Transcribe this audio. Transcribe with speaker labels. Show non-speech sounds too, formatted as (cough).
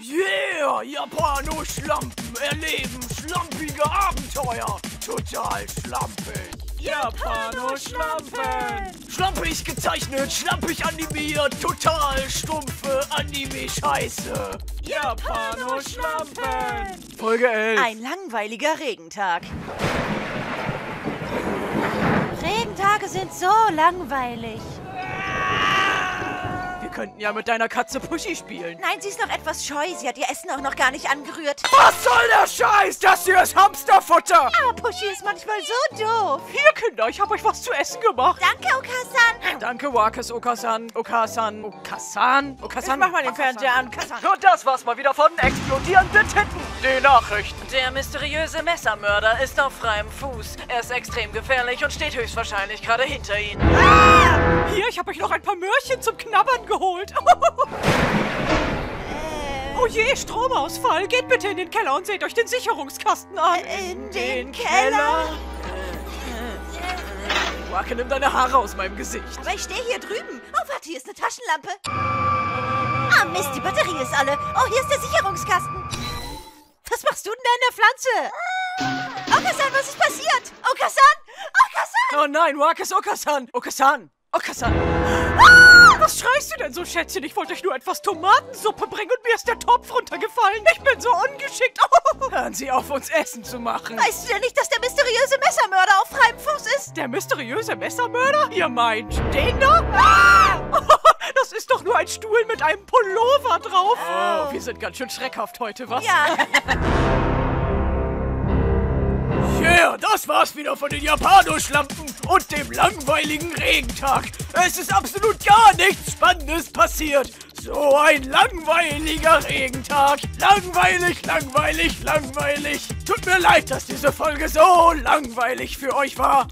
Speaker 1: Yeah, Japano-Schlampen erleben schlampige Abenteuer. Total schlampig.
Speaker 2: Japano-Schlampen.
Speaker 1: Schlampig gezeichnet, schlampig animiert, total stumpfe Anime-Scheiße. Folge 11.
Speaker 2: Ein langweiliger Regentag.
Speaker 3: Regentage sind so langweilig.
Speaker 1: Wir könnten ja mit deiner Katze Pushy spielen.
Speaker 2: Nein, sie ist noch etwas scheu. Sie hat ihr Essen auch noch gar nicht angerührt.
Speaker 1: Was soll der Scheiß? Das hier ist Hamsterfutter.
Speaker 2: Ah,
Speaker 3: Aber Pushy ist manchmal so doof.
Speaker 1: Hier, Kinder, ich habe euch was zu essen gemacht.
Speaker 3: Danke, Okasan.
Speaker 1: Danke, Wakes Okasan. Okasan. Okasan. Okasan.
Speaker 2: Mach mal den Fernseher an. Kassan.
Speaker 1: Und das war's mal wieder von explodierenden Titten. Die Nachrichten.
Speaker 4: Der mysteriöse Messermörder ist auf freiem Fuß. Er ist extrem gefährlich und steht höchstwahrscheinlich gerade hinter Ihnen.
Speaker 1: Ah! Hier, ich habe euch noch ein paar Möhrchen zum Knabbern
Speaker 4: (laughs)
Speaker 1: geholt. oh je, Stromausfall. Geht bitte in den Keller und seht euch den Sicherungskasten an.
Speaker 2: In den Keller.
Speaker 1: Wake, nimm deine Haare aus meinem Gesicht.
Speaker 2: Aber ich stehe hier drüben. Oh, warte, hier ist eine Taschenlampe.
Speaker 3: Ah, Mist, die Batterie ist alle. Oh, hier ist der Sicherungskasten. Was machst du denn da in der Pflanze? Okasan, was ist passiert? Okasan? Okasan?
Speaker 1: Oh nein, Wakes Okasan. Okasan. Okasan. Ah, Was schreist du denn so, Schätzchen? Ich wollte euch nur etwas Tomatensuppe bringen und mir ist der Topf runtergefallen. Ich bin so ungeschickt. Oh, Hören Sie auf, uns Essen zu machen.
Speaker 3: Weißt du denn nicht, dass der mysteriöse Messermörder auf freiem Fuß ist?
Speaker 1: Der mysteriöse Messermörder? Ihr meint den da? Ah! Das ist doch nur ein Stuhl mit einem Pullover drauf. Oh, wir sind ganz schön schreckhaft heute, was?
Speaker 2: Ja,
Speaker 1: Yeah, das war's wieder von den Japanoschlampen und dem langweiligen Regentag. Es ist absolut gar nichts Spannendes passiert. So ein langweiliger Regentag. Langweilig, langweilig, langweilig. Tut mir leid, dass diese Folge so langweilig für euch war.